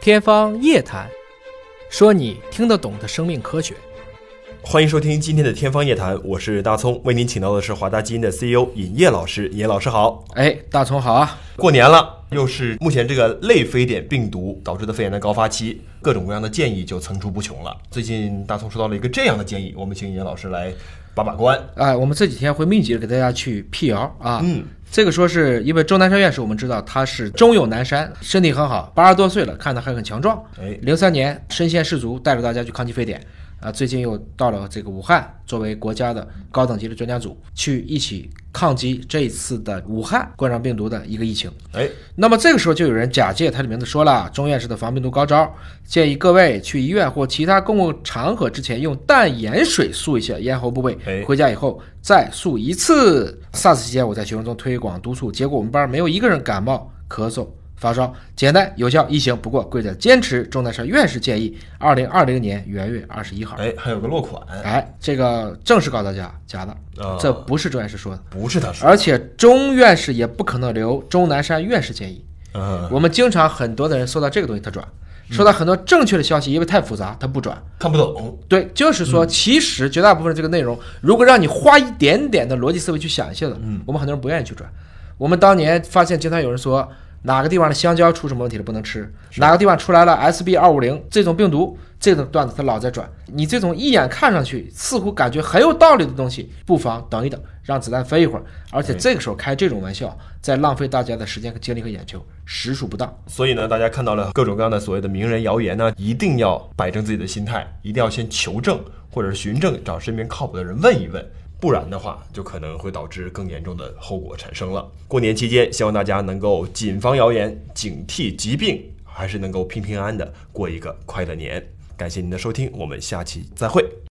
天方夜谭，说你听得懂的生命科学。欢迎收听今天的《天方夜谭》，我是大葱，为您请到的是华大基因的 CEO 尹烨老师。尹烨老师好，哎，大葱好啊！过年了，又是目前这个类非典病毒导致的肺炎的高发期，各种各样的建议就层出不穷了。最近大葱收到了一个这样的建议，我们请尹烨老师来把把关。哎，我们这几天会密集的给大家去辟谣啊。嗯，这个说是因为钟南山院士，我们知道他是中有南山，身体很好，八十多岁了，看着还很强壮。哎零三年身先士卒，带着大家去抗击非典。啊，最近又到了这个武汉，作为国家的高等级的专家组，去一起抗击这一次的武汉冠状病毒的一个疫情。哎，那么这个时候就有人假借他的名字说了，钟院士的防病毒高招，建议各位去医院或其他公共场合之前用淡盐水漱一下咽喉部位哎，回家以后再漱一次。SARS 期间我在学生中推广督促，结果我们班没有一个人感冒、咳嗽、发烧，简单有效易行。不过贵在坚持，钟南山院士建议，二零二零年元月二十一号。哎，还有个落款哎，这个正式告诉大家，假的，啊，这不是钟院士说的，不是他说而且钟院士也不可能留钟南山院士建议。的，嗯，我们经常很多的人收到这个东西，他转；收到很多正确的消息，因为太复杂，他不转。看不懂。对，就是说，其实绝大部分这个内容，如果让你花一点点的逻辑思维去想一下子，我们很多人不愿意去转。我们当年发现，经常有人说哪个地方的香蕉出什么问题了不能吃，哪个地方出来了 SB 二五零这种病毒，这种段子他老在转。你这种一眼看上去似乎感觉很有道理的东西，不妨等一等，让子弹飞一会儿。而且这个时候开这种玩笑，在浪费大家的时间和精力和眼球，实属不当。所以呢，大家看到了各种各样的所谓的名人谣言呢，一定要摆正自己的心态，一定要先求证或者是询证，找身边靠谱的人问一问，不然的话，就可能会导致更严重的后果产生了。过年期间，希望大家能够谨防谣言，警惕疾病，还是能够平平安安的过一个快乐年。感谢您的收听，我们下期再会。